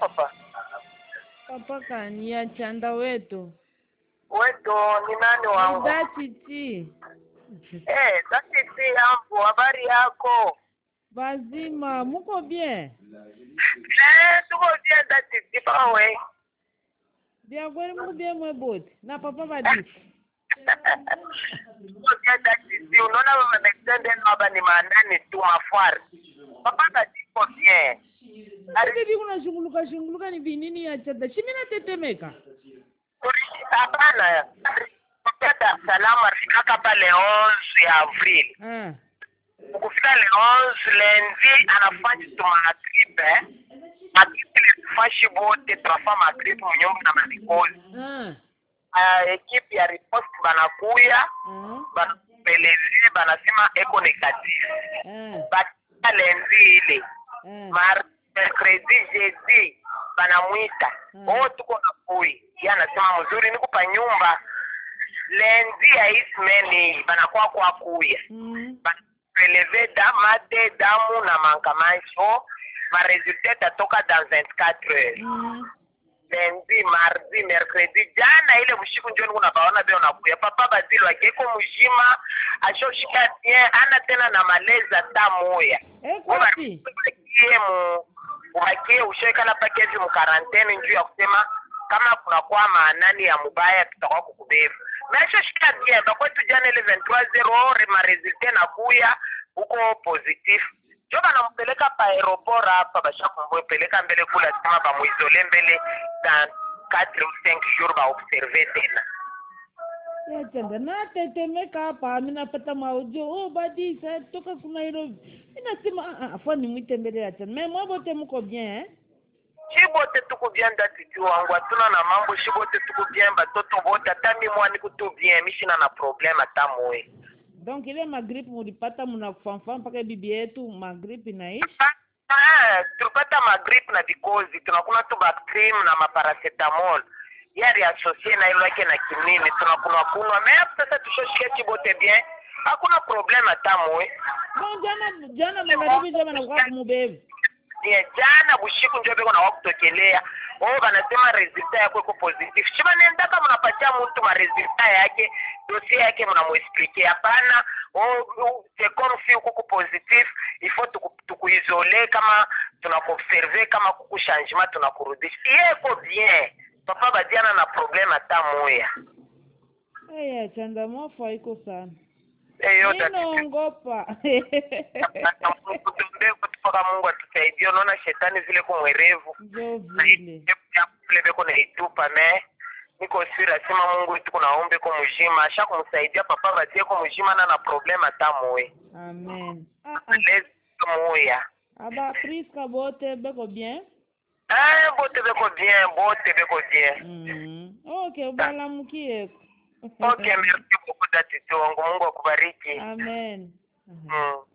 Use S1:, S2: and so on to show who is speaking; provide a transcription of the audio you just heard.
S1: papa
S2: Papa ni ya chanda wetu
S1: wetu ni nani wangu
S2: zatiti
S1: eh sasa si hapo habari yako
S2: bazima muko bien
S1: eh tuko je dati tipawe
S2: bya gweri muko bien mwe bote na papa baditi
S1: tuko je dati si unaona mama mextende hapa ni maandani tu mafuari papa katiko bien
S2: bibi kuna shunguluka shunguluka ni vinini ya chanda shimi natetemeka
S1: hapana kutoka Dar es Salaam alifikaka pale 11 ya Avril
S2: ah
S1: kufika leonce lendi anafanya tumaatripe matripe letufashi bote tunafa matripe munyumba na marikozi
S2: ah
S1: uh, ekipe ya ripost banakuya
S2: ah
S1: banapelezie banasema eko negatif
S2: ah
S1: bakia lendi ile
S2: ah
S1: mar mercredi jeudi banamwita
S2: Mm.
S1: oo tuko nakui ye anasema mzuri nikupa nyumba lendi ya ismeni banakuwa kwa kuya
S2: mm
S1: prelevé damate damu na mangamancho maresultat etatoka dans 24 heures
S2: mm
S1: lundi mardi mercredi jana ile mushiku njoni kuna baona be unakuya papa bazili wakeko mushima ashoshika bien ana tena na maleza ta moya
S2: ekwati
S1: ubakie mu ubakie ushoikala pake hivi mukarantene njuu ya kusema kama kunakuwa maanani ya mubaya tutakuwa kukubeba meshoshika bien bakwetu jana ile 23 maresulte na kuya huko positif jo banampeleka pa aeroport hapa bashakumpeleka mbele kula sema bamuizole mbele dans 4 ou 5 jours baobserve tena
S2: ya chanda natetemeka hapa mi napata maujo oh badisa toka kuna Nairobi mi nasema ah ah afwa nimwitembelela chanda me mwe bote muko bien eh
S1: shibote tukubyen datiti wangu hatuna na mambo shibote tukubyen batoto bote hata mi mwani kutubyen mishina na probleme hata moye
S2: donc ile magripe mulipata mnakufanfan mpaka bibi yetu magripe inaishi
S1: Ah, tulipata magrip na vikozi tunakuna tu bacrim na maparacetamol yari asosie na ilo yake na kinini tunakunwa kunwa me hapo sasa tushoshikia chibote bien hakuna probleme hata moye
S2: bon jana jana magharibi njo banakuka kumubevu
S1: Ye, jana bushiku njo beko nawakutokelea oo banasema resulta yako iko positive shiba nendaka munapatia mtu maresulta yake dosie yake munamuesplike hapana Oh, oo sekonfi huko ku positive ifo tukuizole kama tunakuobserve kama kuku changement tunakurudisha iye iko bien papa badiana na probleme hata moya
S2: aya changamoto haiko sana
S1: eyo
S2: mi naongopa
S1: kutoka mungu atusaidie unaona shetani vile kumwerevu
S2: njo vile
S1: Eh, nailebeko naitupa me niko sira sima mungu itu kunaombe ko mujima asha kumsaidia papa batie ko mujima na na problema ta muwe
S2: amen ah, ah.
S1: lezi muya
S2: aba friska bote beko bien
S1: Eh, bote beko bien bote beko bien
S2: mm. ok ubalamukieko Mm.
S1: ok merci beaucoup datitongo mungu akubariki
S2: amen
S1: mm.